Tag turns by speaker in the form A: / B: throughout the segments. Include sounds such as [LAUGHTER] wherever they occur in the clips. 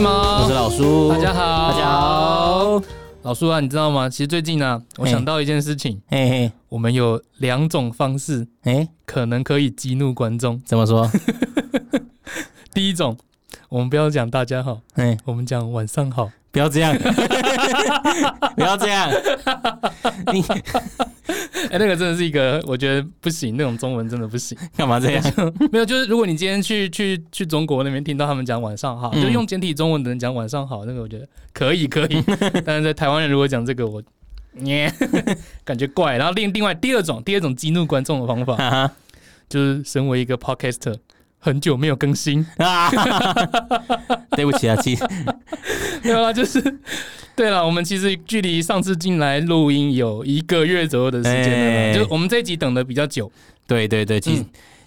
A: 老叔，
B: 大家好，
A: 大家好，
B: 老叔啊，你知道吗？其实最近啊，我
A: 嘿
B: 想到一件事情，
A: 嘿嘿，
B: 我们有两种方式
A: 哎、
B: 可能可以激怒观众。
A: 怎
B: [LAUGHS]
A: 么说？
B: 第一种，我们不要讲大家好，
A: 哎、
B: 我们讲晚上好。
A: 不要这样，不要这样，你
B: [LAUGHS] 哎、那个真的是一个，我觉得不行，那种中文真的不行。
A: 干嘛这样？
B: 没有，就是如果你今天去去去中国那边听到他们讲晚上好，
A: 嗯
B: 就用简体中文的人讲晚上好，那个我觉得可以可
A: [LAUGHS]
B: 以。但是在台湾人如果讲这个，我 [LAUGHS] 耶感觉怪。然后另另外第二种第二种激怒观众的方法，
A: 啊
B: 就是身为一个 podcaster。很久没有更
A: [LAUGHS]
B: 新， [LAUGHS]
A: 啊！对不起啊，其实
B: 没有啦，就是对了，我们其实距离上次进来录音有一个月左右的时间了啦，
A: 哎
B: 就我们这一集等的比较久，
A: 对对对，其实、
B: 嗯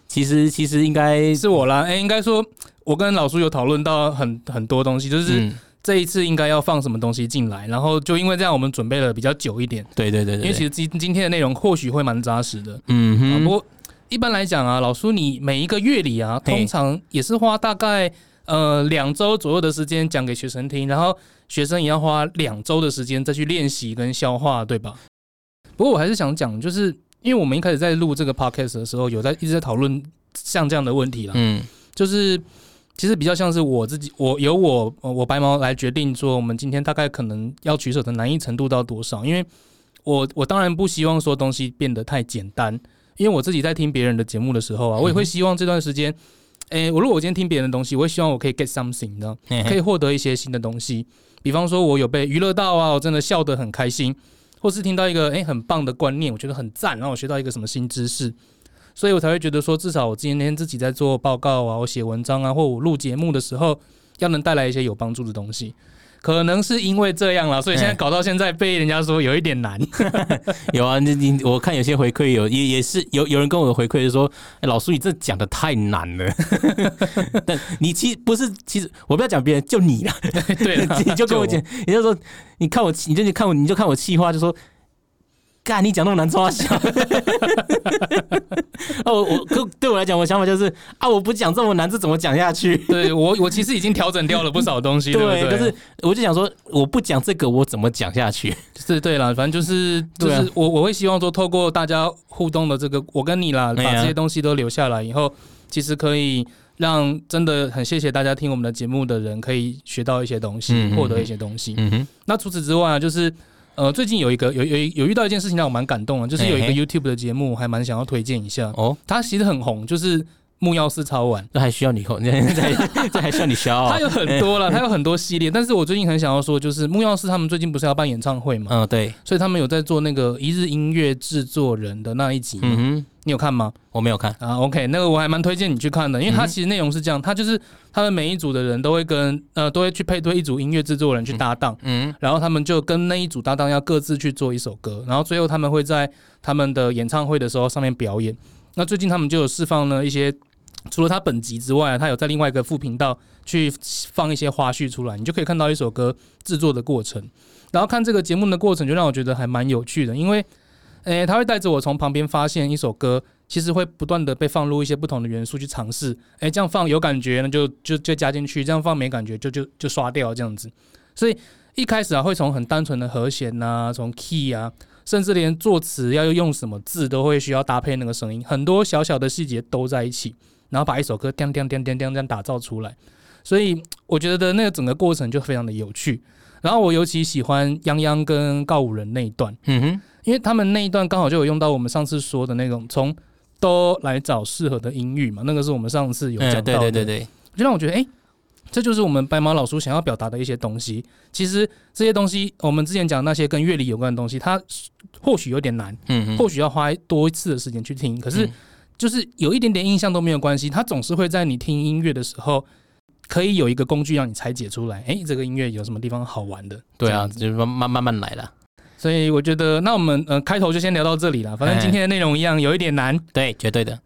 A: 其实其实应该
B: 是我啦。哎、应该说，我跟老叔有讨论到很很多东西，就是、
A: 嗯
B: 这一次应该要放什么东西进来，然后就因为这样，我们准备了比较久一点，
A: 对对对对，
B: 因为其实今今天的内容或许会蛮扎实的、
A: 嗯
B: 啊。
A: 哼，
B: 不过一般来讲啊，老叔你每一个月里啊，
A: 嘿
B: 通常也是花大概呃两周左右的时间讲给学生听，然后学生也要花两周的时间再去练习跟消化，对吧？不过我还是想讲，就是因为我们一开始在录这个 podcast 的时候，有在一直在讨论像这样的问题啦，
A: 嗯
B: 就是其实比较像是我自己，我由我呃我白毛来决定说，我们今天大概可能要取舍的难易程度到多少，因为我我当然不希望说东西变得太简单，因为我自己在听别人的节目的时候啊，我也会希望这段时间，诶、我如果我今天听别人的东西，我会希望我可以 get something，你知道，
A: 嘿嘿
B: 可以获得一些新的东西，比方说我有被娱乐到啊，我真的笑得很开心，或是听到一个诶、很棒的观念，我觉得很赞，然后我学到一个什么新知识，所以我才会觉得说，至少我今天自己在做报告啊，我写文章啊，或我录节目的时候，要能带来一些有帮助的东西。可能是因为这样啦，所以现在
A: 嗯
B: 搞到现在被人家说有一点
A: [LAUGHS]
B: 难。
A: 有啊，你你我看有些回馈有也也是有有人跟我有回馈就说，哎老叔你这讲的太难了，
B: [LAUGHS]
A: 但你其实不是，其实我不要讲别人，就你啦，
B: 对啊啦，
A: [LAUGHS] 你就跟我讲，你就说你看我气，你就你看我你就看我气话，就说。干，你讲那么难抓笑， [LAUGHS] 哦，我可对我来讲，我想法就是啊，我不讲这么难，这怎么讲下去？
B: 对我，我其实已经调整掉了不少东西，对不对？
A: 可是我就想说，我不讲这个，我怎么讲下去？
B: 是对啦，反正就是就
A: 对啊
B: 是我我会希望说，透过大家互动的这个，我跟你啦，
A: 哎呀
B: 把这些东西都留下来以后，其实可以让真的很谢谢大家听我们的节目的人，可以学到一些东西，
A: 嗯嗯
B: 获得一些东西。
A: 嗯哼，
B: 那除此之外啊，就是呃，最近有一个有有有遇到一件事情让我蛮感动的，就是有一个
A: 嘿
B: YouTube 的节目，我还蛮想要推荐一下。
A: 哦，
B: 它其实很红，就是木曜四超玩。
A: 那还需要你， [LAUGHS] 这这还需要你消
B: 它
A: 啊？
B: 有很多了，它有很多系列，但是我最近很想要说，就是木曜四他们最近不是要办演唱会嘛，
A: 嗯，对，
B: 所以他们有在做那个一日音乐制作人的那一集，
A: 嗯
B: 你有看吗？
A: 哼，我没有看，
B: 啊，OK，那个我还蛮推荐你去看的，因为它
A: 嗯
B: 其实内容是这样，它就是他们每一组的人都会跟呃都会去配对一组音乐制作人去搭档。
A: 嗯
B: 然后他们就跟那一组搭档要各自去做一首歌，然后最后他们会在他们的演唱会的时候上面表演。那最近他们就有释放了一些，除了他本集之外，他有在另外一个副频道去放一些花絮出来，你就可以看到一首歌制作的过程。然后看这个节目的过程，就让我觉得还蛮有趣的，因为，诶，他会带着我从旁边发现一首歌。其实会不断的被放入一些不同的元素去尝试，诶，这样放有感觉呢就就就加进去，这样放没感觉就就就刷掉这样子。所以一开始啊，会从很单纯的和弦啊，从 key 啊，甚至连作词要用什么字都会需要搭配那个声音，很多小小的细节都在一起，然后把一首歌叮叮叮叮叮这样打造出来。所以我觉得那个整个过程就非常的有趣。然后我尤其喜欢泱泱跟告五人那一段，
A: 嗯哼，
B: 因为他们那一段刚好就有用到我们上次说的那种从哆来找适合的音域嘛，那个是我们上次有讲到
A: 嗯，
B: 的。
A: 对对对对，
B: 就让我觉得，哎、这就是我们白毛老叔想要表达的一些东西。其实这些东西，我们之前讲那些跟乐理有关的东西，它或许有点难，
A: 嗯哼，
B: 或许要花多一次的时间去听。可是，就是有一点点印象都没有关系，它总是会在你听音乐的时候，可以有一个工具让你拆解出来，哎、这个音乐有什么地方好玩的？
A: 对
B: 这
A: 啊，
B: 样子
A: 就是慢慢慢慢来了，
B: 所以我觉得，那我们呃开头就先聊到这里啦。反
A: 哎
B: 正今天的内容一样有一点难，
A: 对，绝对的，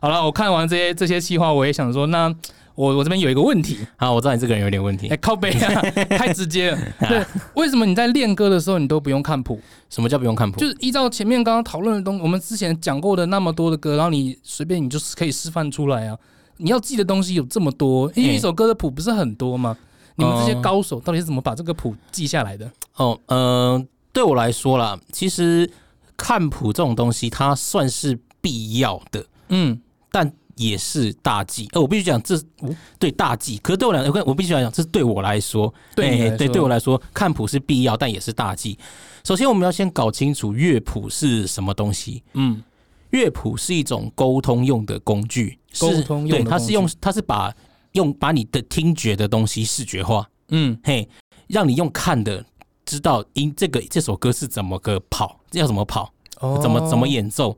B: 好了，我看完这些这些计划，我也想说，那我我这边有一个问题，
A: [LAUGHS] 好，我知道你这个人有点问
B: 哎、
A: 题，
B: 靠背啊，太直
A: [LAUGHS]
B: 接了。对，为什么你在练歌的时候你都不用看谱？
A: 什么叫不用看谱？
B: 就是依照前面刚刚讨论的东，我们之前讲过的那么多的歌，然后你随便你就是可以示范出来啊。你要记的东西有这么多，因为
A: 哎
B: 一首歌的谱不是很多吗？你们这些高手到底是怎么把这个谱记下来的？
A: 哦，嗯，对我来说啦，其实看谱这种东西，它算是必要的，
B: 嗯，
A: 但也是大忌。呃，我必须讲，这对大忌。可是对我来，我我必须来讲，这是对我来说，
B: 对你来
A: 哎
B: 说
A: 对，对我来说，看谱是必要，但也是大忌。首先，我们要先搞清楚乐谱是什么东西。
B: 嗯，
A: 乐谱是一种沟通用的工具，是
B: 沟通用的
A: 对，
B: 工
A: 它是
B: 具
A: 用，它是把用把你的听觉的东西视觉化，
B: 嗯，
A: 嘿，让你用看的知道音这个这首歌是怎么个跑，要怎么跑，
B: 哦
A: 怎么怎么演奏。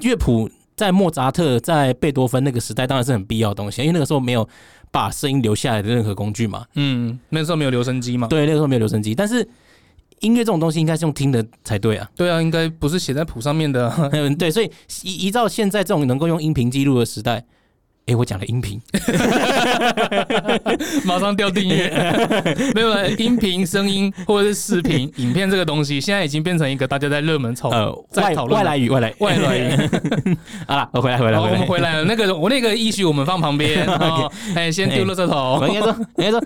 A: 乐谱在莫扎特、在贝多芬那个时代当然是很必要的东西，因为那个时候没有把声音留下来的任何工具嘛。
B: 嗯，那时候没有留声机嘛？
A: 对，那个时候没有留声机，但是音乐这种东西应该是用听的才
B: [LAUGHS]
A: 对啊。
B: 对啊，应该不是写在谱上面的
A: [LAUGHS]
B: 啊。
A: 嗯，对，所以依依照现在这种能够用音频记录的时代，诶，我讲了音频，
B: 马上掉订
A: [LAUGHS]
B: 阅。没有啦音频、声音或者是视频、影片这个东西，现在已经变成一个大家在热门炒
A: 呃，
B: 哦在
A: 外
B: 讨论
A: 外来语，外来
B: 外来语。
A: [LAUGHS] 好啦，我回来回来
B: 好，
A: 回
B: 我
A: 来
B: 们。回来了。那个我那个一许我们放旁
A: [LAUGHS]
B: 边，哦哎，先丢垃圾
A: 我
B: 桶。
A: 哦应该说，应该说，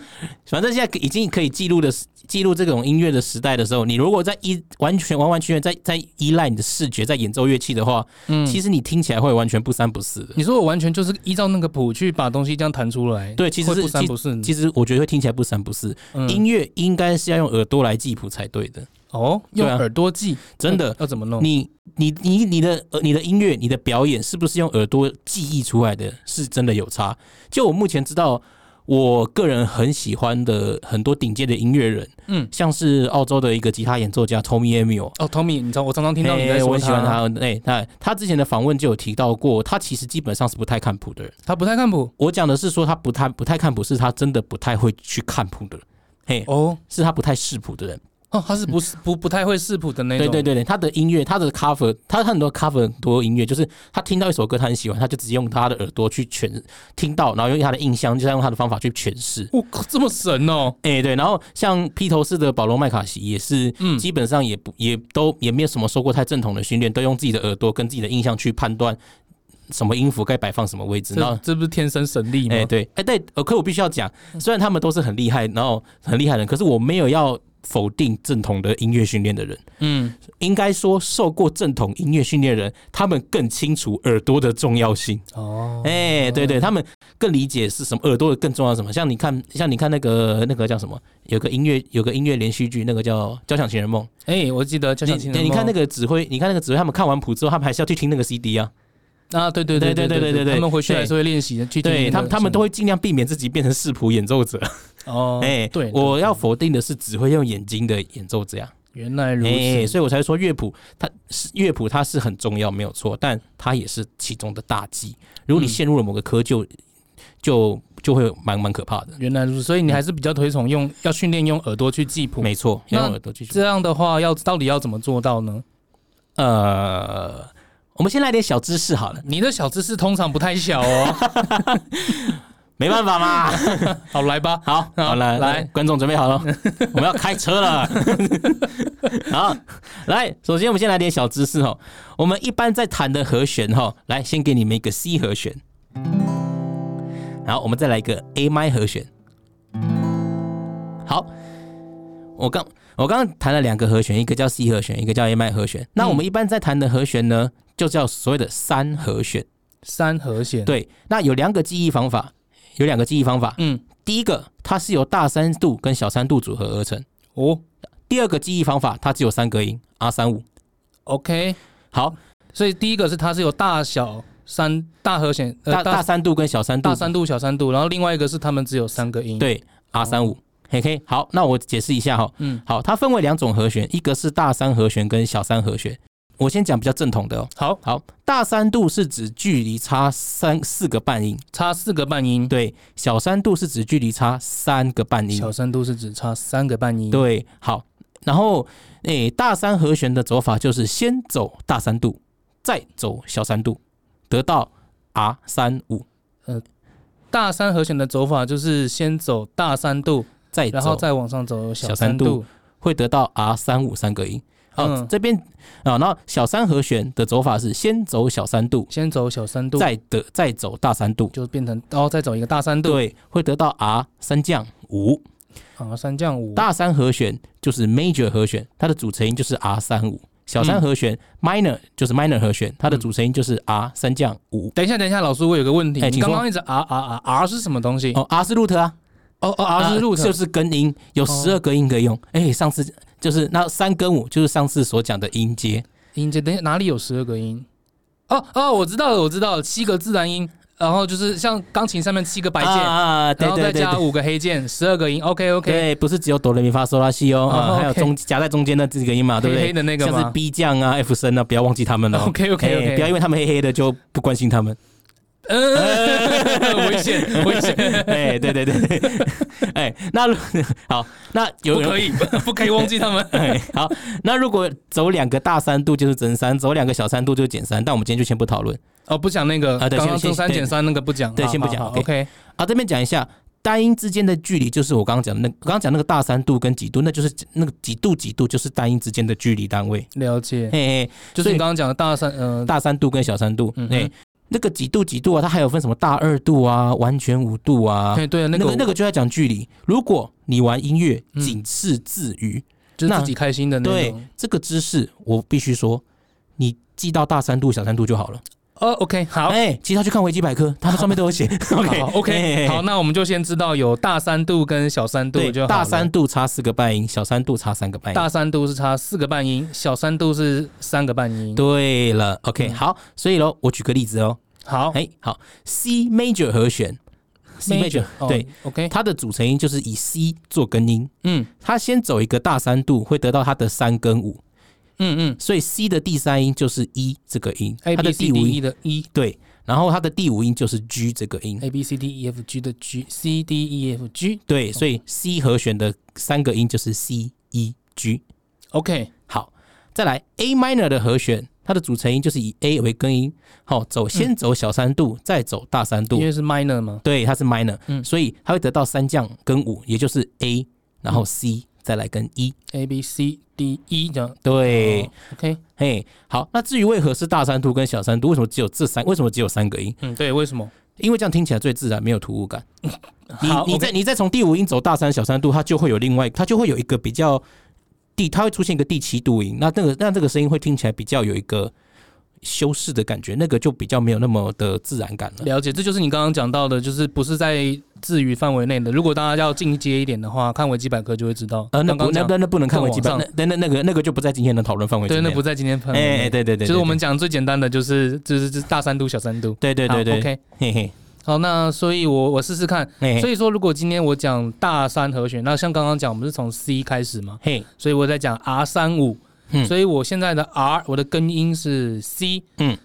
A: 反正现在已经可以记录的时记录这种音乐的时代的时候，你如果在依完全完完全全在在依赖你的视觉在演奏乐器的话，
B: 嗯，
A: 其实你听起来会完全不三不四的。
B: 你说我完全就是依照那个谱去把东西这样弹出来，
A: 对其实
B: 会
A: 是
B: 不三不四。
A: 其实我觉得会听起来不三不四。
B: 嗯
A: 音乐应该是要用耳朵来记谱才对的，
B: 哦，用
A: 对啊
B: 耳朵记，
A: 真的
B: 要。要怎么弄？
A: 你你你你的呃你的音乐、你的表演是不是用耳朵记忆出来的？是真的有差。就我目前知道，我个人很喜欢的很多顶尖的音乐人，
B: 嗯，
A: 像是澳洲的一个吉他演奏家 Tommy Emil。
B: 哦，Tommy，你知道我常常听到你在
A: 哎
B: 说
A: 我很喜欢他。哎、那他之前的访问就有提到过，他其实基本上是不太看谱的人。
B: 他不太看谱
A: 我讲的是说他不太不太看谱，是他真的不太会去看谱的人。嘿，
B: 哦
A: 是他不太识谱的人。
B: 哦，他是不是不不太会视谱的那
A: 对
B: 种？
A: 对对对，他的音乐，他的 cover，他很多 cover 很多音乐，就是他听到一首歌，他很喜欢，他就直接用他的耳朵去诠听到，然后用他的印象，就再用他的方法去诠释。
B: 我靠，这么神哦！
A: 哎、对，然后像披头士的保罗麦卡锡也是，
B: 嗯
A: 基本上也不也都也没有什么受过太正统的训练，都用自己的耳朵跟自己的印象去判断什么音符该摆放什么位置。然
B: 这
A: 后，
B: 这不是天生神力吗？
A: 哎、对，哎、对，呃，可我必须要讲，
B: 嗯
A: 虽然他们都是很厉害，然后很厉害的人，可是我没有要否定正统的音乐训练的人。
B: 嗯，
A: 应该说，受过正统音乐训练的人，他们更清楚耳朵的重要性。
B: 哦，
A: 哎、对对，他们更理解是什么耳朵的更重要是什么。像你看，像你看那个那个叫什么，有个音乐有个音乐连续剧，那个叫《交响情人梦》。
B: 哎，我记得就像
A: 你对你看那
B: 个
A: 个指挥，你看那个指挥，他们看完谱之后，他们还是要去听那个 CD 啊。
B: 啊，对对对
A: 对
B: 对
A: 对对对
B: 他们回去
A: 对
B: 还是会练习的，去
A: 对
B: 听
A: 他
B: 那
A: 们，
B: 个
A: 他们都会尽量避免自己变成视谱演奏者。
B: 哦，
A: 哎、
B: 对，
A: 我
B: 对
A: 要否定的是只会用眼睛的演奏者呀。啊
B: 原来如
A: 哎、
B: 此，
A: 所以我才说乐谱，它是乐谱，它是很重要，没有错，但它也是其中的大忌。如果你
B: 嗯
A: 陷入了某个科就，就就会蛮蛮可怕的。
B: 原来如此，所以你还是比较推崇用要训练用耳朵去记谱。
A: 没错，
B: 那
A: 要用耳朵去。
B: 这样的话，要到底要怎么做到呢？
A: 呃，我们先来点小知识好了，
B: 你的小知识通常不太小
A: [LAUGHS]
B: 哦。
A: 没办
B: [LAUGHS]
A: 法嘛。
B: 好，来吧，
A: 好，
B: 好
A: 好了，
B: 来
A: 来，观众准备
B: [LAUGHS]
A: 好了，我们要开车了。好，来，首先我们先来点小知识哦。我们一般在弹的和弦哈，来，先给你们一个 C 和弦，然后我们再来一个 A m 和弦。好，我刚我刚刚弹了两个和弦，一个叫 C 和弦，一个叫 A m 和弦。
B: 嗯
A: 那我们一般在弹的和弦呢，就叫所谓的三和弦。
B: 三和弦。，
A: 对，那有两个记忆方法，有两个记忆方法。
B: 嗯，
A: 第一个，它是由大三度跟小三度组合而成；
B: 哦
A: 第二个记忆方法，它只有三个音 R 三五。
B: ，OK，
A: 好，
B: 所以第一个是它是有大小三大和弦，呃，
A: 大大
B: 大
A: 三度跟小三度
B: 大三度、小三度，然后另外一个是它们只有三个音。，
A: 对 R 三五。OK，好，那我解释一下哈。
B: 嗯，
A: 好，它分为两种和弦，一个是大三和弦跟小三和弦。我先讲比较正统的哦。
B: 好，
A: 好，大三度是指距离差三四个半音，
B: 差四个半音。
A: 对，小三度是指距离差三个半音。
B: 小三度是只差三个半音。，
A: 对，好，然后诶，大三和弦的走法就是先走大三度，再走小三度，得到 R 三五，
B: 大三和弦的走法就是先走大三度，
A: 再
B: 然后
A: 走
B: 再往上走小
A: 小
B: 三
A: 三度
B: 度。
A: 会得到 R 三五三个音。哦，
B: 嗯
A: 这边啊，然后小三和弦的走法是先走小三度，
B: 先走小三度，
A: 再得再走大三度，
B: 哦就变成，然后再走一个大三度。
A: 对，会得到 R 三降五。
B: 啊，三降五，
A: 大三和弦就是 major 和弦，它的主成音就是 R 三五。小
B: 嗯
A: 三和弦、minor 就是 minor 和弦，它的主成音就是 R 三降五。
B: 等一下，等一下，老师，我有个问题，
A: 哎
B: 你
A: 请
B: 刚
A: 说
B: 刚一直啊 R R R R 是什么东西？
A: 哦，R 是 root 啊
B: 哦哦，R 是
A: 呃
B: root，哦
A: 就是根音，有十二个音可以用。哎、上次就是那三跟五，就是上次所讲的音阶。
B: 音阶。等一下，哪里有十二个音？哦哦，我知道了，我知道了，七个自然音，然后就是像钢琴上面七个白键，
A: 啊，对
B: 然后
A: 对
B: 再
A: 对对
B: 加五个黑键，十二个音。OK OK，
A: 对，不是只有哆来咪发嗦拉西哦，啊
B: 哦
A: 还有
B: OK
A: 中夹在中间的这个音嘛，对不
B: 黑
A: 对？
B: 黑的那个
A: 像是
B: 吗
A: B 降啊、F 升啊，不要忘记他们哦。
B: ？OK OK
A: 哎
B: OK，
A: 不要因为他们黑黑的就不关心他们。
B: [LAUGHS]
A: 呃
B: 嗯，危险危险，
A: [LAUGHS] 哎，对对对，哎，那 [LAUGHS] 如好，那有
B: 不
A: 人
B: 可以
A: [LAUGHS]
B: 不可以忘记他们。
A: 哎，好，那如果走两个大三度就是整三，走两个小三度就是减三。但我们今天就先不讨论
B: [LAUGHS] 哦，不讲那个，
A: 啊对
B: 刚刚
A: 先
B: 正三
A: 先
B: 减三那个不讲，
A: 对
B: 好
A: 先不
B: 好
A: 讲
B: 好
A: OK
B: OK，
A: 啊。这边讲一下单音之间的距离，就是我刚刚讲的那我刚刚讲那个大三度跟几度，那就是那个几度几度就是单音之间的距离单位。
B: 了解。
A: 嘿嘿，
B: 就是你刚刚讲的大三，呃，
A: 大三度跟小三度，哎、
B: 嗯哼
A: 那个几度几度啊，它还有分什么大二度啊、完全五度啊。
B: 对对，那
A: 那
B: 个
A: 个那个就在讲距离。如果你玩音乐
B: 嗯
A: 仅是自娱，
B: 就是
A: 那
B: 自己开心的那
A: 对
B: 种。
A: 这个知识，我必须说，你记到大三度、小三度就好了。
B: 哦，OK，好。
A: 哎、其他去看维基
B: [LAUGHS]
A: 百科，他们上面都有写。OK 哎
B: 好 OK，好，，那我们就先知道有大三度跟小三度
A: 对，
B: 就好了
A: 大三哎度差四个半音，小三度差三个半音。
B: 大三度是差四个半音，小三度是三个半音。
A: 对了，OK，、
B: 嗯
A: 好，所以喽，我举个例子哦。
B: 好
A: 哎、好，C major 和弦，C major，、
B: 哦
A: 对，
B: ，OK，
A: 它的组成音就是以 C 做根音，
B: 嗯
A: 它先走一个大三度，会得到它的三跟五，
B: 嗯嗯
A: 所以 C 的第三音就是 E 这个音，
B: ，A
A: 它的
B: B
A: 第
B: C
A: 五
B: D
A: 音
B: E 的 E。
A: 对，然后它的第五音就是 G 这个音，
B: A B C D E F G 的 G C D E F G
A: 对，所以 C 和弦的三个音就是 C E G。
B: OK
A: 好，再来 A minor 的和弦，它的组成音就是以 A 为根音，好、走
B: 嗯
A: 先走小三度，再走大三度
B: 因，为是 minor 嘛，
A: 对，它是 minor，、
B: 嗯
A: 所以它会得到三降跟五，也就是 A，
B: 嗯
A: 然后 C、再来跟 E，
B: A B C D E 这样。
A: 对。
B: 哦，OK，
A: 嘿，好，那至于为何是大三度跟小三度，为什么只有这三？为什么只有三个音？
B: 嗯，对，为什么？
A: 因为这样听起来最自然，没有突
B: [LAUGHS]
A: 兀感。你
B: 好
A: 你
B: OK
A: 再你再从第五音走大三小三度，它就会有另外，它就会有一个比较第，它会出现一个第七度音，那那个那这个声音会听起来比较有一个修饰的感觉，那个就比较没有那么的自然感了。
B: 了解，这就是你刚刚讲到的，就是不是在自娱范围内的。如果大家要进阶一点的话，看维基百科就会知道。
A: 呃，那
B: 刚刚
A: 不那
B: 讲
A: 不那不能看
B: 更
A: 维基百
B: 往
A: 科，那那那个那个就不在今天的讨论范围之
B: 对，
A: 内了。
B: 那不在今天范围内。
A: 哎，哎对对对，
B: 就是我们
A: 对
B: 讲最简单的，就是就是就是大三度、小三度。
A: 对对对对，
B: 好，OK。
A: 嘿嘿
B: 好，那所以我我试试看。
A: 嘿
B: 所
A: 嘿
B: 以说，如果今天我讲大三和弦，那像刚刚讲，我们是从 C 开始嘛，
A: 嘿，
B: 所以我在讲 R 三五
A: 嗯，
B: 所以我现在的 R 我的根音是 C，
A: 嗯，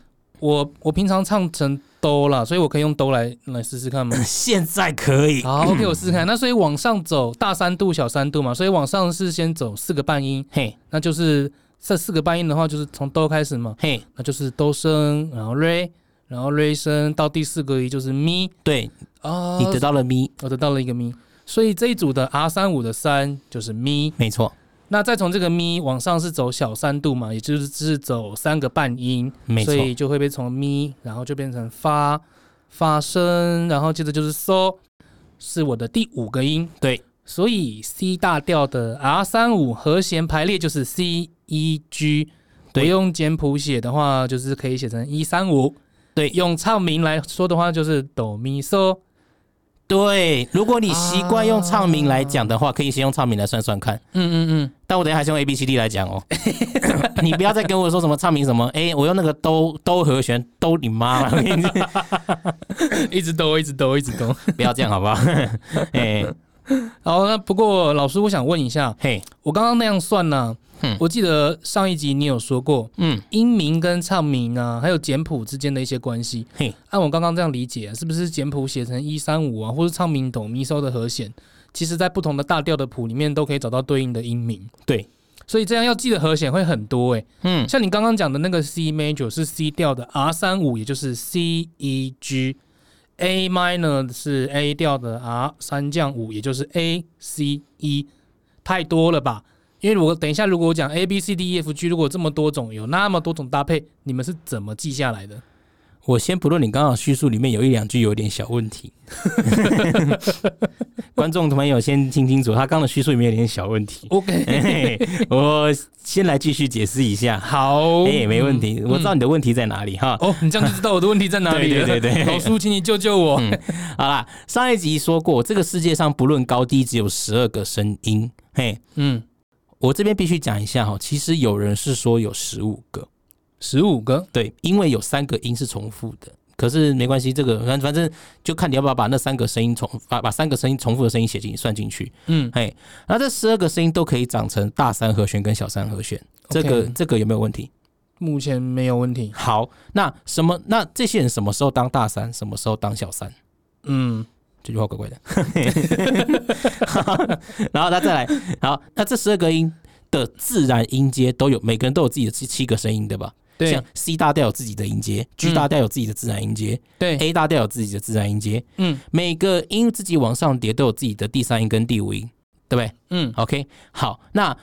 B: 我我平常唱成哆啦，所以我可以用哆来来试试看
A: [COUGHS]
B: 吗？
A: 现在可以。
B: 好，OK，我试试看。那所以往上走大三度、小三度嘛，所以往上是先走四个半音，
A: 嘿
B: 那就是这四个半音的话，就是从哆开始嘛，
A: 嘿，
B: 那就是哆升，然后 re，然后 re 升到第四个音就是咪
A: 对
B: 啊，
A: 你得到了咪，
B: 我得到了一个咪，所以这一组的 R 三五的三就是咪，
A: 没错，
B: 那再从这个咪往上是走小三度嘛，也就是是走三个半音，
A: 没错
B: 所，以就会被从咪，然后就变成发发声，然后接着就是 so，是我的第五个音。
A: 对，
B: 所以 C 大调的 R 三五和弦排列就是 C E G。我
A: 对
B: 用简谱写的话，就是可以写成一三五。
A: 对
B: 用唱名来说的话，就是哆咪嗦。
A: 对。如果你习惯用唱名来讲的话，可以先用唱名来算算看。
B: 嗯嗯
A: 但我等一下还是用 A B C D 来讲哦，你不要再跟我说什么唱名什么，哎、我用那个兜兜和弦兜你妈了，
B: 嗯， [LAUGHS] 一直哆，一直哆，一直
A: [LAUGHS]
B: 哆。
A: 不要这样好不好？哎、
B: 好，那不过老师，我想问一下，
A: 嘿，
B: 我刚刚那样算呢、
A: 嗯
B: 我记得上一集你有说过，
A: 嗯，
B: 音名跟唱名啊，还有简谱之间的一些关系。
A: 嘿，
B: 按我刚刚这样理解，是不是简谱写成一三五啊，或是唱名哆咪嗦的和弦，其实在不同的大调的谱里面都可以找到对应的音名。
A: 对，
B: 所以这样要记的和弦会很多诶、
A: 嗯，
B: 像你刚刚讲的那个 C major 是 C 调的，R 三五也就是 C E G，A minor 是 A 调的 R 三降五，也就是 A C E，太多了吧？因为如果等一下，如果我讲 A B C D E F G，如果这么多种，有那么多种搭配，你们是怎么记下来的？
A: 我先不论你刚好叙述里面有一两句有点小问题，观众朋友先听清楚，他刚刚的叙述里面有点小问题。
B: OK，
A: 嘿嘿我先来继续解释一
B: [LAUGHS]
A: 下。
B: 好，
A: 哎、没问题，我知道你的问题在哪里哈。
B: 哦，你这样就知道我的问题在哪里了。
A: [LAUGHS] 对对对对嗯
B: 老叔，请你救救我。
A: 好啦，上一集说过，这个世界上不论高低，只有十二个声音。嘿，
B: 嗯，
A: 我这边必须讲一下哈，其实有人是说有十五个，
B: 十五个，
A: 对，因为有三个音是重复的。可是没关系，这个反反正就看你要不要把那三个声音重把把三个声音重复的声音写进算进去。
B: 嗯，
A: 嘿，那这十二个声音都可以长成大三和弦跟小三和弦，这个
B: OK
A: 这个有没有问题？
B: 目前没有问题。
A: 好，那什么？那这些人什么时候当大三，什么时候当小三？
B: 嗯，
A: 这句话怪怪的。 [LAUGHS] 然后他再来，好，那这十二个音的自然音阶都有，每个人都有自己的七七个声音，对吧？
B: 对嗯
A: 像 C 大调有自己的音阶，G 大调有自己的自然音阶、
B: 对，
A: a 大调有自己的自然音阶，
B: 嗯
A: 每个音自己往上叠都有自己的第三音跟第五音，对不对
B: 嗯，
A: ？OK，好，那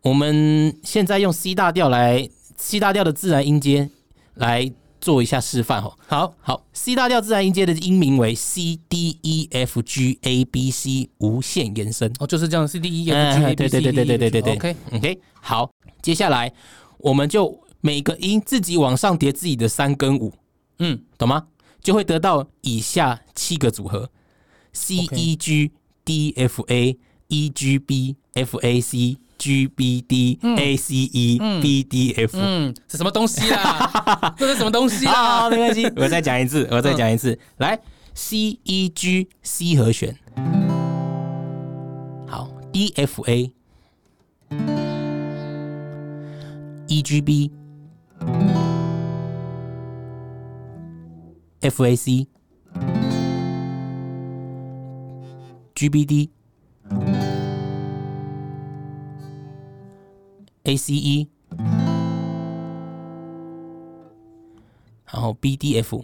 A: 我们现在用 C 大调来 C 大调的自然音阶来做一下示范哦。
B: 好，
A: 好，C 大调自然音阶的音名为 C D E F G A B C 无限延伸。
B: 哦，就是这样，C D E F G
A: 哎
B: A B
A: 对
B: C D
A: 对对
B: E
A: 对对对对对
B: OK，
A: OK，好，接下来我们就每个音自己往上叠自己的三跟五，
B: 嗯
A: 懂吗？就会得到以下七个组合：C
B: OK
A: E G D F A E G B F A C G B D A C E B D F。
B: 嗯，是什么东西
A: [LAUGHS]
B: 啦？这是什么东西啊啦？
A: 好，啊没 [LAUGHS] 关系，我再讲一次，我再讲一次，来 C E G C 和弦，好 D F A E G B F A C G B D A C E。然后 B D F，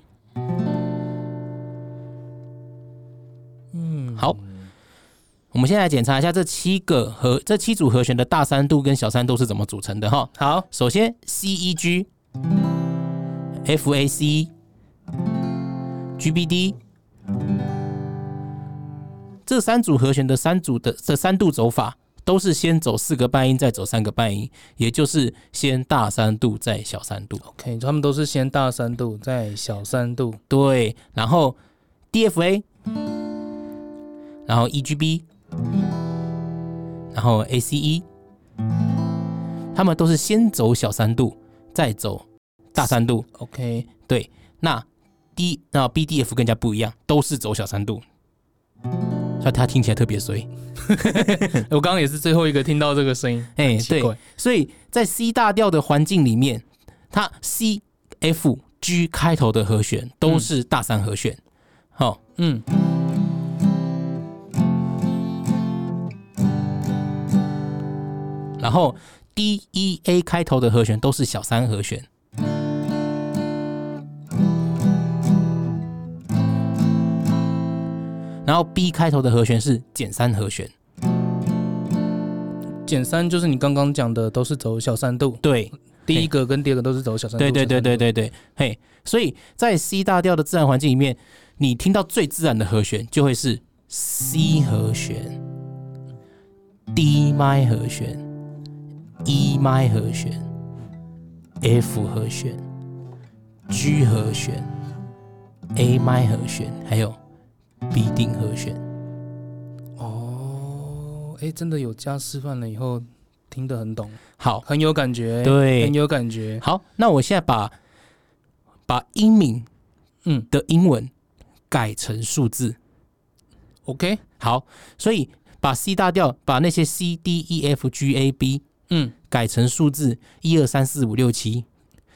A: 嗯，好，我们现在来检查一下这七个和这七组和弦的大三度跟小三度是怎么组成的哈。
B: 好，
A: 首先 C E G F A C G B D 这三组和弦的三组的这三度走法都是先走四个半音，再走三个半音，也就是先大三度再小三度。
B: ，OK，他们都是先大三度，再小三度。
A: 对，然后 DFA，然后 EGB，然后 ACE，他们都是先走小三度，再走大三度。
B: OK，
A: 对，那 D 那 BDF 更加不一样，都是走小三度，所以它听起来特别衰。
B: 哎我刚刚也是最后一个听到这个声音，
A: 哎、
B: 奇
A: 对，
B: 怪。
A: 所以在 C 大调的环境里面，它 C、F、G 开头的和弦都是大三和弦。好、
B: 嗯，
A: 然后 D、E、A 开头的和弦都是小三和弦。然后 B 开头的和弦是减三和弦，
B: 减三就是你刚刚讲的，都是走小三度，
A: 对，
B: 第一个跟第二个都是走小三度。
A: 对对
B: 小
A: 对
B: 三
A: 对
B: 度，
A: 对对，嘿，所以在 C 大调的自然环境里面，你听到最自然的和弦就会是 C 和弦、D 麦和弦、E 麦和弦、F 和弦、G 和弦、A 麦和弦，还有 B 定和弦。
B: 哦，哎，真的有加示范了以后，听得很懂，
A: 好，
B: 很有感觉，
A: 对
B: 很有感觉。
A: 好，那我现在把把音名
B: 嗯
A: 的英文改成数字。
B: ，OK，
A: 好，所以把 C 大调把那些 C D E F G A B
B: 嗯，
A: 改成数字一二三四五六七，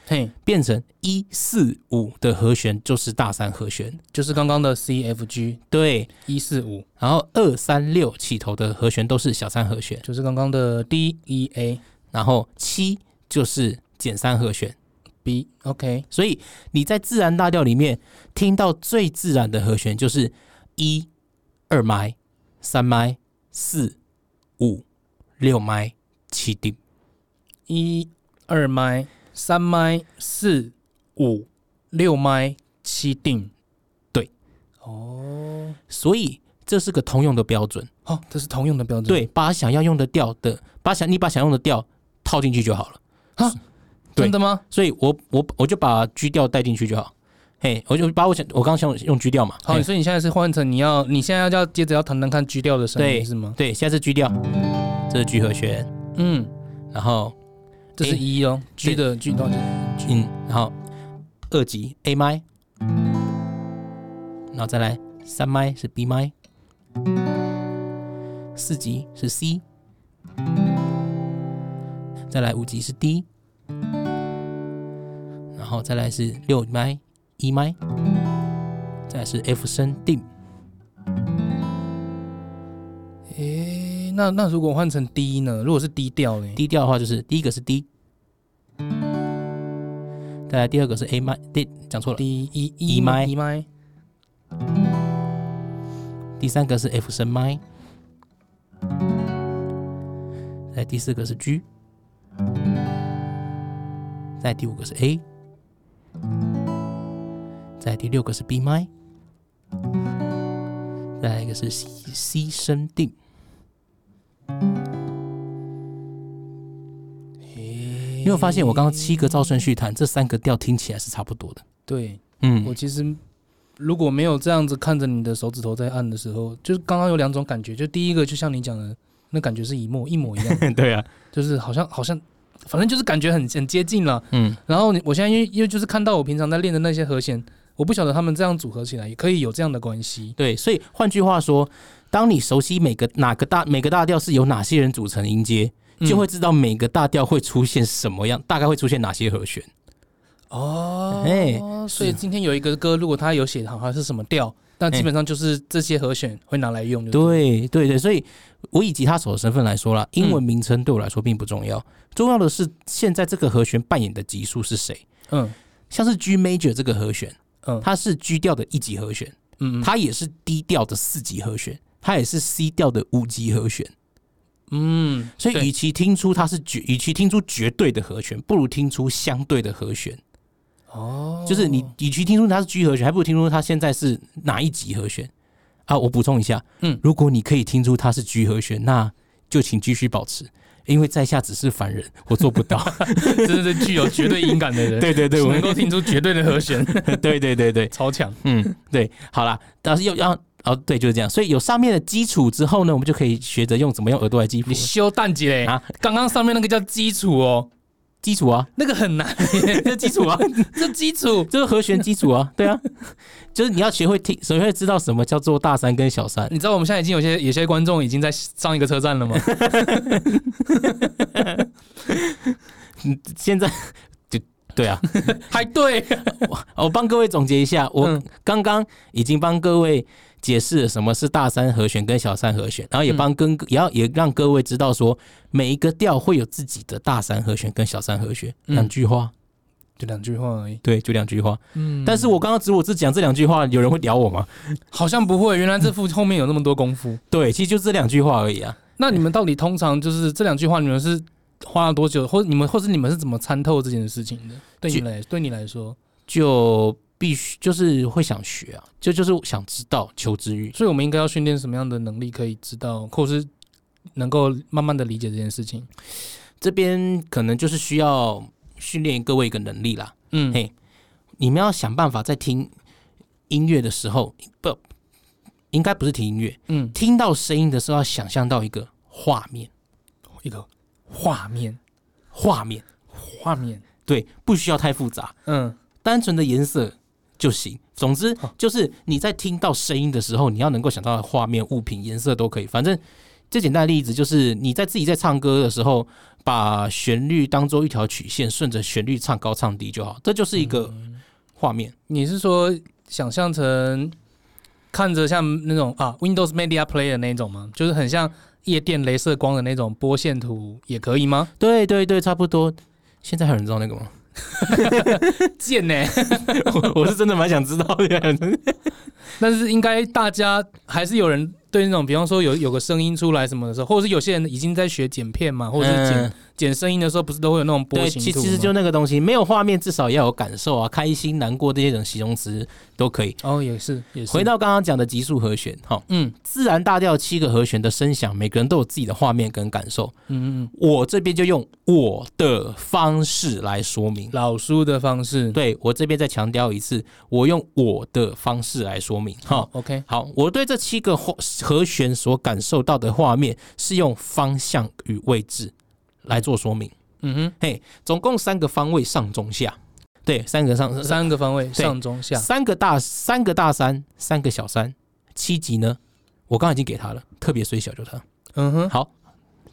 B: 嘿，
A: 变成一四五的和弦就是大三和弦，
B: 就是刚刚的 C F G
A: 对。
B: 一四五，
A: 然后二三六起头的和弦都是小三和弦，
B: 就是刚刚的 D E A
A: 然后七就是减三和弦。
B: B。OK，
A: 所以你在自然大调里面听到最自然的和弦就是一、二麦、三麦、四、五、六麦、七定。
B: 一二麦、三麦、四五六麦七定，
A: 对，
B: 哦，
A: 所以这是个通用的标准。
B: 哦，这是通用的标准，，
A: 对，把想要用的调的，把想你把想用的调套进去就好了。对
B: 真的吗？
A: 所以我我我就把 G 调带进去就好。嘿，我就把我想我刚刚想用 G 调嘛。
B: 好，
A: 嘿
B: 所以你现在是换成你要，你现在要接着要谈谈看 G 调的声
A: 对
B: 音是吗？
A: 对，现在是 G 调，这是 G 和弦，
B: 嗯，
A: 然后
B: 这是
A: 诶
B: 一哦，G 的 G 调就是
A: 嗯，然后二级 A 麦，然后再来三麦是 B 麦，四级是 C，再来五级是 D，然后再来是六麦、E 麦，再来是 F 升 D，
B: 诶，那那如果换成 D 呢？如果是 D 调呢？
A: 低调的话就是第一个是 D，再来第二个是 A 麦，对，讲错了，
B: D 一
A: 一，E 麦
B: 一，E 麦，
A: 第三个是 F 升麦，再第四个是 G，再第五个是 A，再第六个是 B 麦，再来一个是 C C 升定。
B: 诶
A: 你有发现我刚刚七个照顺序弹，这三个调听起来是差不多的。
B: 对我
A: 嗯，
B: 其实如果没有这样子看着你的手指头在按的时候，就是刚刚有两种感觉，就第一个就像你讲的，那感觉是一模一模
A: [LAUGHS]
B: 一样，
A: [LAUGHS] 对啊，
B: 就是好像好像，反正就是感觉很很接近了。
A: 嗯，
B: 然后你我现在因为因为就是看到我平常在练的那些和弦，我不晓得他们这样组合起来也可以有这样的关系。
A: 对，所以换句话说，当你熟悉每个哪个大每个大调是由哪些人组成音阶，
B: 嗯
A: 就会知道每个大调会出现什么样，大概会出现哪些和弦。
B: 哦，
A: 哎
B: 所以今天有一个歌，如果他有写好像是什么调，那基本上就是这些和弦会拿来用就了。
A: 对对对，所以我以吉他手的身份来说啦，英文
B: 嗯
A: 名称对我来说并不重要，重要的是现在这个和弦扮演的级数是谁。
B: 嗯
A: 像是 G major 这个和弦，
B: 嗯
A: 它是 G 调的一级和弦，
B: 嗯嗯
A: 它也是 D 调的四级和弦，它也是 C 调的五级和弦。
B: 嗯，
A: 所
B: 对
A: 以，与其听出它是绝，与其听出绝对的和弦，不如听出相对的和弦。
B: 哦，
A: 就是你，与其听出它是 G 和弦，还不如听出它现在是哪一级和弦啊！我补充一下，
B: 嗯
A: 如果你可以听出它是 G 和弦，那就请继续保持，因为在下只是凡人，我做不到。
B: 真的是具有绝对音感的人，
A: [LAUGHS] 对对对，
B: 只
A: 我
B: [LAUGHS]
A: [LAUGHS]
B: 能够听出绝对的和 [LAUGHS] 弦，
A: 对对对对，
B: 超强。
A: 嗯，对，好啦，但是要要哦，对，就是这样。所以有上面的基础之后呢，我们就可以学着用怎么用耳朵来基
B: 你
A: 础
B: 修蛋姐嘞
A: 啊，
B: 刚刚上面那个叫基础哦，
A: 基础啊，
B: 那个很 [LAUGHS] 难耶，
A: [LAUGHS] 这基础啊，
B: 这基础
A: [LAUGHS] 这是和弦基础啊，对 [LAUGHS] 啊，就是你要学会听，首先会知道什么叫做大三跟小三。
B: 你知道我们现在已经有些有些观众已经在上一个车站 [LAUGHS] 了吗？
A: 嗯现在对对啊，
B: 还对，
A: 我哦帮各位总结一下，我
B: 嗯
A: 刚刚已经帮各位解释了什么是大三和弦跟小三和弦，然后也帮
B: 嗯
A: 跟、也要也让各位知道说每一个调会有自己的大三和弦跟小三和弦
B: 嗯
A: 两句话，
B: 就两句话而已。
A: 对，就两句话。
B: 嗯，
A: 但是我刚刚只我只讲这两句话，有人会屌我吗？
B: 好像不会，原来这副后面有那么多功夫。
A: 对，其实就这两句话而已啊。
B: 那你们到底通常就是这两句话，你们是花了多久，或者你们或者你们是怎么参透这件事情的？对你
A: 就
B: 来，对你来说，
A: 就必须就是会想学啊，就就是想知道求知欲。
B: 所以我们应该要训练什么样的能力，可以知道，或是能够慢慢的理解这件事情。
A: 这边可能就是需要训练各位一个能力啦。
B: 嗯，
A: 嘿你们要想办法在听音乐的时候，不应该不是听音乐，
B: 嗯，
A: 听到声音的时候要想象到一个画面，
B: 一个画面，
A: 画面
B: 画面，
A: 对，不需要太复杂，
B: 嗯，
A: 单纯的颜色就行。总之
B: 好
A: 就是你在听到声音的时候，你要能够想到的画面、物品、颜色都可以。反正最简单的例子就是你在自己在唱歌的时候，把旋律当做一条曲线，顺着旋律唱高唱低就好，这就是一个
B: 嗯
A: 画面。
B: 你是说想象成看着像那种啊 Windows Media Player 那一种吗？就是很像夜店镭射光的那种波线图也可以
A: [LAUGHS]
B: 吗？
A: 对对对，差不多。现在还有人知道那个吗？
B: 贱欸
A: [LAUGHS]
B: 呢、
A: 我我是真的蛮想知
B: [LAUGHS]
A: 道的。
B: 但是应该大家还是有人对那种，比方说有有个声音出来什么的时候，或者是有些人已经在学剪片嘛，或者是剪、
A: 嗯
B: 剪声音的时候，不是都会有那种波
A: 对，
B: 形
A: 其
B: 图
A: 其实
B: 吗
A: 就那个东西，没有画面，至少要有感受啊，开心、难过这些种形容词都可以。
B: 哦，也是也是。
A: 回到刚刚讲的级数和弦，哈，
B: 嗯
A: 自然大调七个和弦的声响，每个人都有自己的画面跟感受。
B: 嗯嗯，
A: 我这边就用我的方式来说明。
B: 老书的方式
A: 对我这边再强调一次，我用我的方式来说明。哈，
B: ，OK，
A: 好，我对这七个画和弦所感受到的画面是用方向与位置来做说明。
B: 嗯
A: 嘿，总共三个方位，上中下。对，三个上
B: 哼，三个方位
A: 对
B: 上中下，
A: 三个大三个大三，三个小三，七级呢？我刚刚已经给他了，特别虽小就他。
B: 嗯哼
A: 好，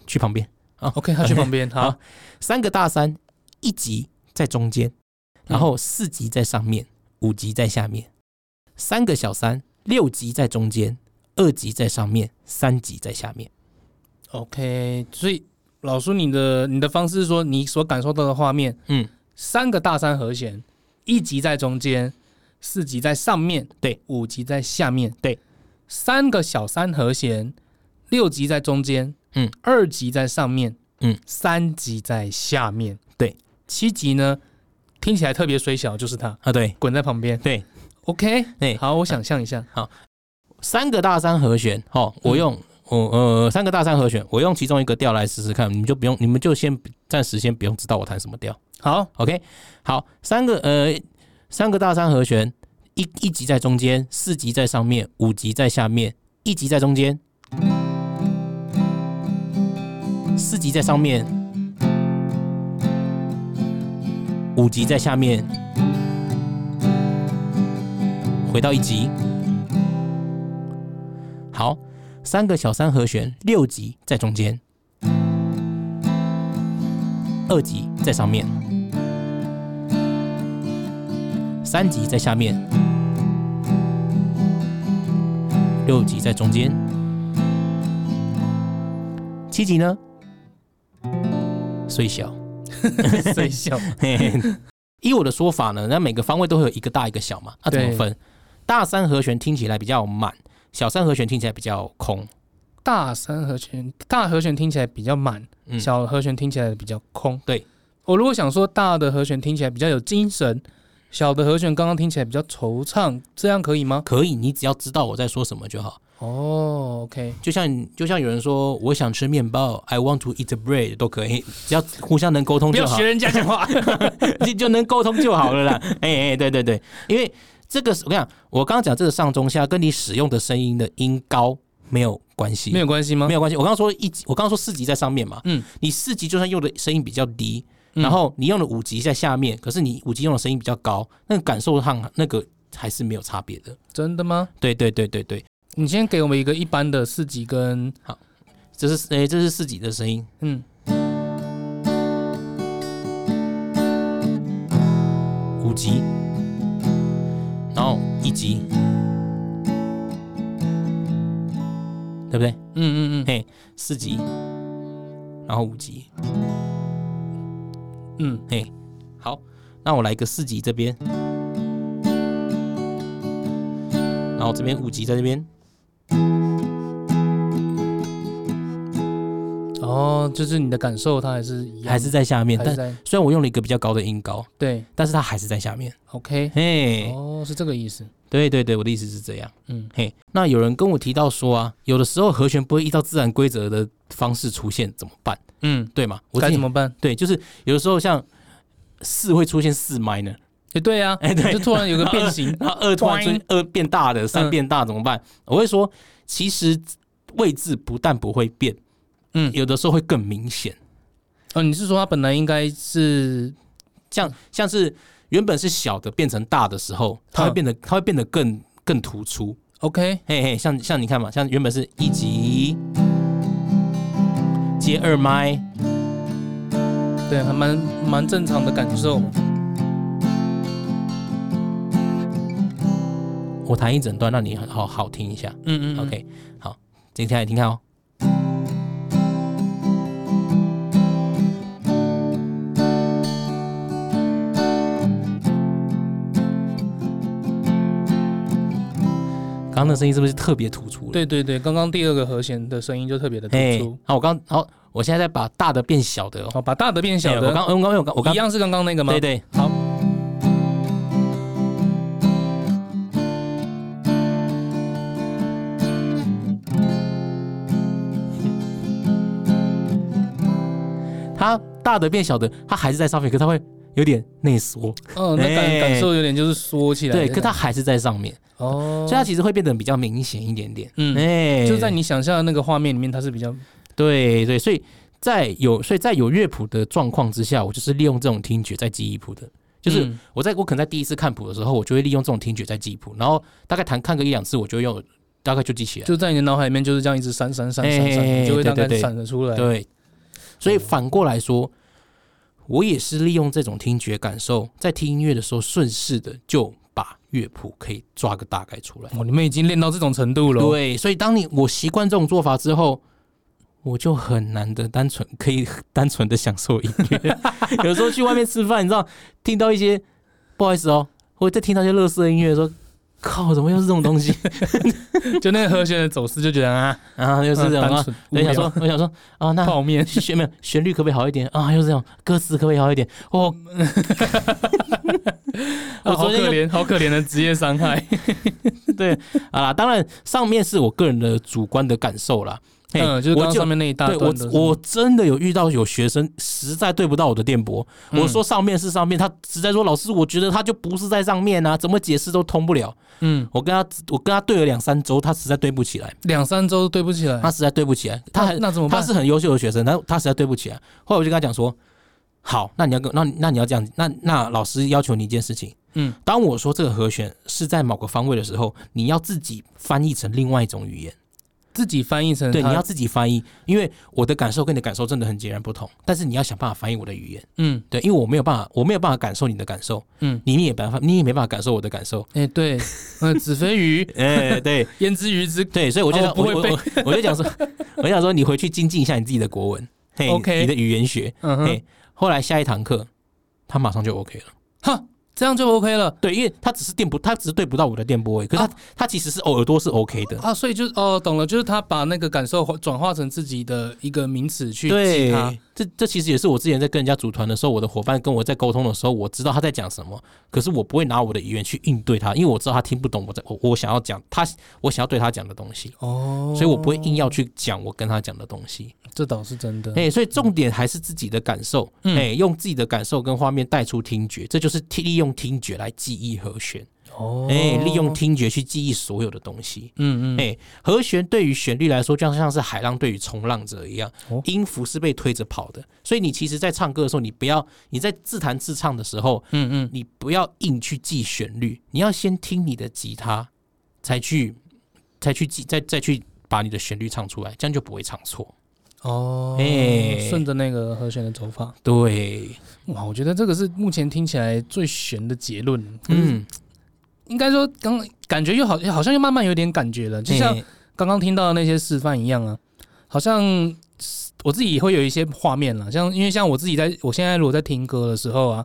A: 去旁边。
B: ，OK，他去旁边，好
A: 好，三个大三，一级在中间，然后四级在上面，五级在下面，三个小三，六级在中间，二级在上面，三级在下面。
B: OK，所以老叔，你的你的方式是说，你所感受到的画面，
A: 嗯，
B: 三个大三和弦，一级在中间，四级在上面，
A: 对，
B: 五级在下面，
A: 对，
B: 三个小三和弦，六级在中间，
A: 嗯，
B: 二级在上面，
A: 嗯，
B: 三级在下面，
A: 对，
B: 七级呢，听起来特别水小，就是它
A: 啊，对
B: 滚在旁边
A: 对，
B: ，OK，
A: 对
B: 好，我想象一
A: [LAUGHS]
B: 下，
A: 三个大三和弦，哦，我用。我呃，三个大三和弦，我用其中一个调来试试看，你们就不用，你们就先暂时先不用知道我弹什么调
B: 好，
A: ，OK？好，三个呃，三个大三和弦，一一级在中间，四级在上面，五级在下面，一级在中间，四级在上面，五级在下面，回到一级。好，三个小三和弦，六级在中间，二级在上面，三级在下面，六级在中间，七级呢？虽小， [LAUGHS]
B: 水小，
A: 嘿嘿，依我的说法呢，那每个方位都会有一个大一个小嘛，那、怎么
B: 对
A: 分？大三和弦听起来比较满，小三和弦听起来比较空。
B: 大三和弦，大和弦听起来比较满。
A: 嗯，
B: 小和弦听起来比较空。
A: 对，
B: 我如果想说大的和弦听起来比较有精神，小的和弦刚刚听起来比较惆怅，这样可以吗？
A: 可以，你只要知道我在说什么就好。
B: 哦，OK，
A: 就像就像有人说我想吃面包，I want to eat bread 都可以，只要互相能沟通
B: 不
A: 就
B: 要
A: 好
B: 学，人家讲话。
A: [LAUGHS] 就就能沟通就好了啦。 [LAUGHS] 哎哎，对对对，因为这个是我跟你讲，我刚刚讲这个上中下跟你使用的声音的音高没有关
B: [LAUGHS]
A: 系，
B: 没有关系吗
A: 没？有关系。我刚刚说一级，我刚刚说四级在上面嘛，
B: 嗯，
A: 你四级就算用的声音比较低，
B: 嗯
A: 然后你用的五级在下面，可是你五级用的声音比较高，那个感受上那个还是没有差别的。
B: 真的吗？
A: 对对对对对，
B: 你先给我们一个一般的四级跟
A: 这是诶、这是四级的声音，
B: 嗯
A: 五级，然后一级，对不对？
B: 嗯嗯
A: 嘿，四级，然后五级，
B: 嗯嗯，
A: 嘿，好，那我来一个四级这边，然后这边五级在这边，
B: 哦，就是你的感受，它还是一样，
A: 还是在下面，
B: 还是
A: 但
B: 在
A: 虽然我用了一个比较高的音高，
B: 对
A: 但是它还是在下面。
B: ，OK，
A: 嘿，
B: 哦，是这个意思。
A: 对对对，我的意思是这样。
B: 嗯，
A: 嘿，那有人跟我提到说啊，有的时候和弦不会依照自然规则的方式出现，怎么办？
B: 嗯，
A: 对吗？我
B: 该
A: 自己
B: 怎么办？
A: 对，就是有的时候像四会出现四 minor，
B: 哎，对呀，
A: 哎对。
B: 就突然有个变形
A: [LAUGHS] 然后二突然出现二变大的，三
B: 嗯
A: 变大怎么办？我会说，其实位置不但不会变，
B: 嗯，
A: 有的时候会更明显。
B: 哦，你是说它本来应该是
A: 像像是原本是小的变成大的时候，它会
B: 嗯
A: 变得它会变得更更突出。
B: OK？
A: 嘿嘿，像像你看嘛，像原本是一级接二麦，
B: 对，还蛮蛮正常的感受。
A: 我弹一整段让你好好听一下。
B: 嗯嗯
A: OK，好，接下来听看哦。刚刚那声音是不是特别突出了？
B: 对对对，刚刚第二个和弦的声音就特别的突
A: 哎
B: 出。，
A: 好，我刚好，我现在在把大的变小的哦。
B: 好，把大的变小
A: 哎我
B: 的，
A: 刚，我刚，我刚，我刚
B: 一，样是刚刚那个吗？
A: 对对，
B: 好。
A: 它 [LAUGHS] 大的变小的，它还是在上面，可它会有点内缩，
B: 嗯，那感
A: 哎
B: 感受啊有点就是缩起来的
A: 对，
B: 感觉。
A: 可它还是在上面，
B: 哦，
A: 所以它其实会变得比较明显一点点。
B: 嗯，
A: 哎，
B: 就在你想象的那个画面里面，它是比较
A: 对对，所以在有所以在有乐谱的状况之下，我就是利用这种听觉在记忆谱的，就是
B: 嗯
A: 我在我可能在第一次看谱的时候，我就会利用这种听觉在记谱，然后大概弹看个一两次，我就用大概就记起来。
B: 就在你的脑海里面就是这样一直闪闪闪闪
A: 哎哎哎
B: 闪，你就会大
A: 对
B: 概
A: 对对
B: 闪得出来。
A: 对，所以反过来说，我也是利用这种听觉感受，在听音乐的时候顺势的就把乐谱可以抓个大概出来。
B: 哦，你们已经练到这种程度了。，
A: 对，所以当你我习惯这种做法之后。我就很难的单纯可以单纯的享受音乐，有时候去外面吃饭，你知道，听到一些不好意思哦，我在听到一些乐色音乐，说靠，怎么又是这种东西
B: 就那个和弦的走势，就觉得啊，
A: 啊？ [LAUGHS] 又是这种
B: 单
A: 啊？
B: 纯无
A: 对，想
B: 聊
A: 说，我想说啊，那
B: 泡面。
A: 旋没有旋律可不可以好一点啊？又是这样，歌词可不可以好一点？哦，
B: 啊嗯
A: [LAUGHS] 我
B: 好
A: 昨
B: 可
A: 天
B: 怜，好可怜的职业伤害。
A: 又对啊啦，当然上面是我个人的主观的感受啦。嘿
B: 嗯，就是刚
A: 我
B: 刚上面那一大
A: 对
B: 段
A: 我
B: 的是吗。
A: 我真的有遇到有学生实在对不到我的电波，
B: 嗯
A: 我说上面是上面，他实在说老师，我觉得他就不是在上面啊，怎么解释都通不了。
B: 嗯，
A: 我跟他我跟他对了两三周，他实在对不起来，
B: 两三周对不起来，
A: 他实在对不起来，啊他很
B: 那那怎么
A: 他
B: 办？
A: 是很优秀的学生，但他实在对不起啊。后来我就跟他讲说，好，那你要跟那那你要这样，那那老师要求你一件事情，
B: 嗯，
A: 当我说这个和弦是在某个方位的时候，你要自己翻译成另外一种语言，
B: 自己翻译成
A: 对，
B: 它
A: 你要自己翻译，因为我的感受跟你的感受真的很截然不同，但是你要想办法翻译我的语言，
B: 嗯
A: 对，因为我没有办法，我没有办法感受你的感受，
B: 嗯，
A: 你也没办法，你也没办法感受我的感受，
B: 哎对，呃，子非鱼， [LAUGHS]
A: 哎、对。
B: 焉知鱼之
A: 对，所以我就
B: 哦
A: 想、
B: 不会
A: 我我我我就讲说， [LAUGHS] 我就想说你回去精进一下你自己的国文，嘿
B: OK
A: 你的语言学，
B: 嗯哼
A: 嘿，后来下一堂课，他马上就 OK 了。
B: 哈，这样就 OK 了
A: 对，因为他只是电不，他只是对不到我的电波而已。可
B: 啊
A: 是他、他其实是哦耳朵是 OK 的。
B: 啊，所以就哦懂了，就是他把那个感受转化成自己的一个名词去记
A: 对
B: 它，，
A: 这这其实也是我之前在跟人家组团的时候，我的伙伴跟我在沟通的时候，我知道他在讲什么，可是我不会拿我的语言去应对他，因为我知道他听不懂我在我我想要讲他我想要对他讲的东西，
B: 哦，
A: 所以我不会硬要去讲我跟他讲的东西。
B: 这倒是真的，
A: 哎、所以重点还是自己的感受，哎、
B: 嗯
A: 用自己的感受跟画面带出听觉，这就是听利用听觉来记忆和弦，
B: 哦
A: 哎、利用听觉去记忆所有的东西。
B: 嗯嗯
A: 哎、和弦对于旋律来说，就像是海浪对于冲浪者一样
B: 哦，
A: 音符是被推着跑的。所以你其实，在唱歌的时候，你不要你在自弹自唱的时候，
B: 嗯嗯，
A: 你不要硬去记旋律，你要先听你的吉他，才去才去记，再再去把你的旋律唱出来，这样就不会唱错。
B: 哦，
A: 哎
B: 顺着那个和弦的走法，
A: 对，
B: 哇，我觉得这个是目前听起来最悬的结论，嗯，
A: 嗯，
B: 应该说刚感觉又好，好像又慢慢有点感觉了，就像
A: 哎
B: 刚刚听到的那些示范一样啊，好像我自己会有一些画面了，像因为像我自己在我现在如果在听歌的时候啊，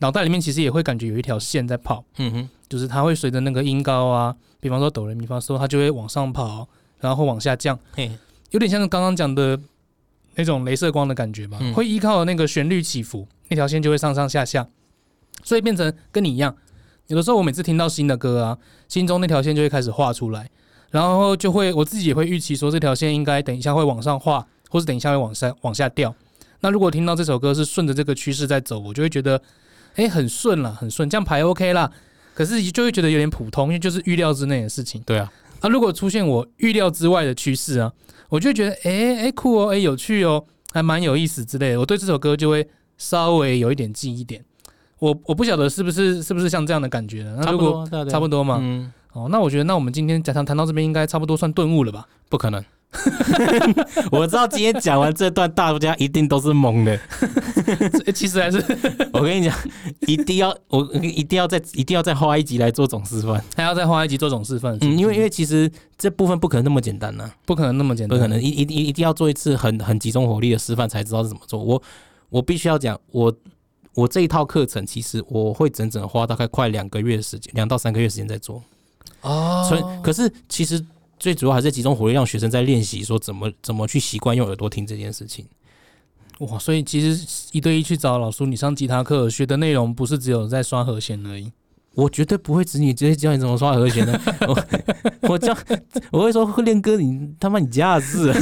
B: 脑袋里面其实也会感觉有一条线在跑，
A: 嗯哼。
B: 就是它会随着那个音高啊，比方说哆来咪发嗦，它就会往上跑，然后往下降，
A: 嘿，
B: 有点像刚刚讲的那种镭射光的感觉吧，
A: 嗯
B: 会依靠那个旋律起伏，那条线就会上上下下，所以变成跟你一样，有的时候我每次听到新的歌啊，心中那条线就会开始画出来，然后就会我自己也会预期说这条线应该等一下会往上画，或是等一下会往下往下掉。那如果听到这首歌是顺着这个趋势在走，我就会觉得，哎、很顺啦，很顺，这样排 OK 啦。可是就会觉得有点普通，因为就是预料之内的事情。
A: 对啊，
B: 啊，如果出现我预料之外的趋势啊，我就会觉得，哎、诶哎、酷哦，哎、有趣哦，还蛮有意思之类的。我对这首歌就会稍微有一点记忆点。我我不晓得是不是是不是像这样的感觉呢？那如果
A: 差不多
B: 差不
A: 多
B: 多嘛，
A: 嗯，
B: 哦，那我觉得那我们今天讲谈谈到这边，应该差不多算顿悟了
A: [LAUGHS]
B: 吧？
A: 不可能。我知道今天讲完这段，大家一定都是懵 [LAUGHS] 的。
B: 诶其实还是
A: 我跟你讲，一定要我一定要再一定要再花一集来做总示范。
B: [LAUGHS] 还要再花一集做总示范，
A: 嗯，因为因嗯为其实这部分不可能那么简单呢、
B: 不可能那么简
A: 不
B: 单，
A: 可能一一一一定要做一次很很集中火力的示范才知道是怎么做。我我必须要讲，我我这一套课程其实我会整整花大概快两个月的时间，两到三个月时间在做。
B: 哦，
A: 所以可是其实最主要还是集中火力让学生在练习说怎么怎么去习惯用耳朵听这件事情。
B: 哇，所以其实一对一去找老师，你上吉他课学的内容不是只有在刷和弦而已。
A: 我绝对不会指你直接教你怎么刷和
B: [LAUGHS]
A: 弦的，我我教我会说会练歌，你他妈你架子，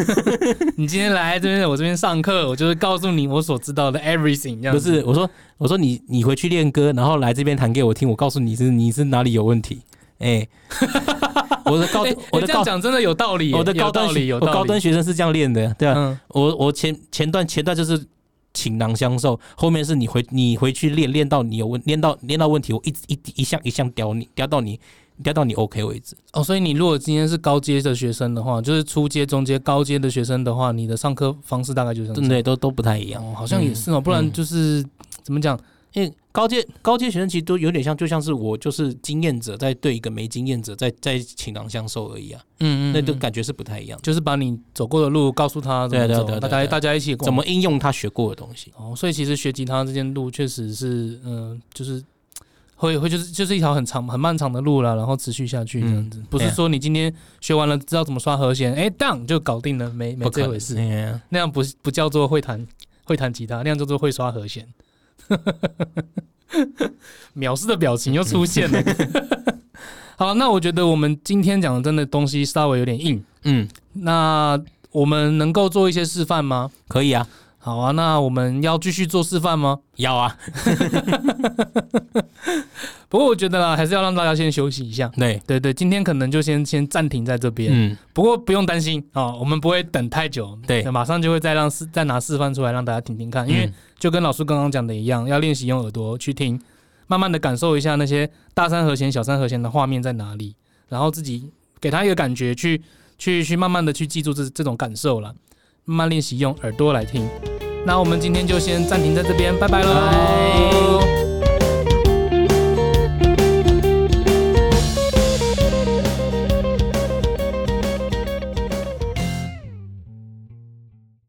B: 你今天来这边，我这边上课，我就是告诉你我所知道的 everything，这样
A: 不
B: 子
A: 是我说我说你你回去练歌，然后来这边弹给我听，我告诉你是你是哪里有问题，
B: [LAUGHS]
A: 哎、我的高
B: 哎你
A: 我的
B: 这样
A: 高
B: 讲真的有道理耶，
A: 我的高
B: 有
A: 端
B: 道理
A: 学
B: 有
A: 我
B: 道理。
A: 高端学生是这样练的，对啊，
B: 嗯，
A: 我我前前段前段就是倾囊相授，后面是你回你回去练练到你有问练到练到问题，我一一一项一项雕你雕到你雕到你 OK 为止。
B: 哦，所以你如果今天是高阶的学生的话，就是初阶、中阶、高阶的学生的话，你的上课方式大概就是这
A: 对
B: 样
A: 对，都都不太一
B: 子。
A: 样，
B: 哦，好像也是哦，不然
A: 嗯
B: 就是、怎么讲？
A: 因为高阶高阶学生其实都有点像，就像是我就是经验者在对一个没经验者在在倾囊相授而已啊，
B: 嗯
A: 那都感觉是不太一样的。
B: 就是把你走过的路告诉他怎么
A: 对对
B: 走，
A: 对对啊
B: 大家
A: 对
B: 大家一起共
A: 怎么应用他学过的东西？
B: 哦，所以其实学吉他这件路确实是，嗯、就是会会就是就是一条很长很漫长的路啦，然后持续下去这样子，不
A: 对
B: 是
A: 啊
B: 说你今天学完了知道怎么刷和弦，哎、当就搞定了，没没
A: 不可
B: 这
A: 能
B: 回事，
A: 哎呀
B: 那样不是不叫做会弹会弹吉他，那样叫做会刷和弦。 [LAUGHS] 藐视的表情又出现了。 [LAUGHS] 好，那我觉得我们今天讲的真的东西稍微有点硬，
A: 嗯，
B: 那我们能够做一些示范吗？
A: 可以啊，
B: 好啊，那我们要继续做示范吗？
A: 要啊，
B: 不过我觉得啦，还是要让大家先休息一下。
A: 对，
B: 对对，今天可能就先先暂停在这边。
A: 嗯，
B: 不过不用担心啊、我们不会等太久，
A: 对
B: 马上就会再让示再拿示范出来让大家听听看，因为
A: 嗯
B: 就跟老师刚刚讲的一样，要练习用耳朵去听，慢慢的感受一下那些大三和弦、小三和弦的画面在哪里，然后自己给他一个感觉去，去去慢慢的去记住这这种感受了，慢慢练习用耳朵来听。那我们今天就先暂停在这边，拜拜喽。
A: 拜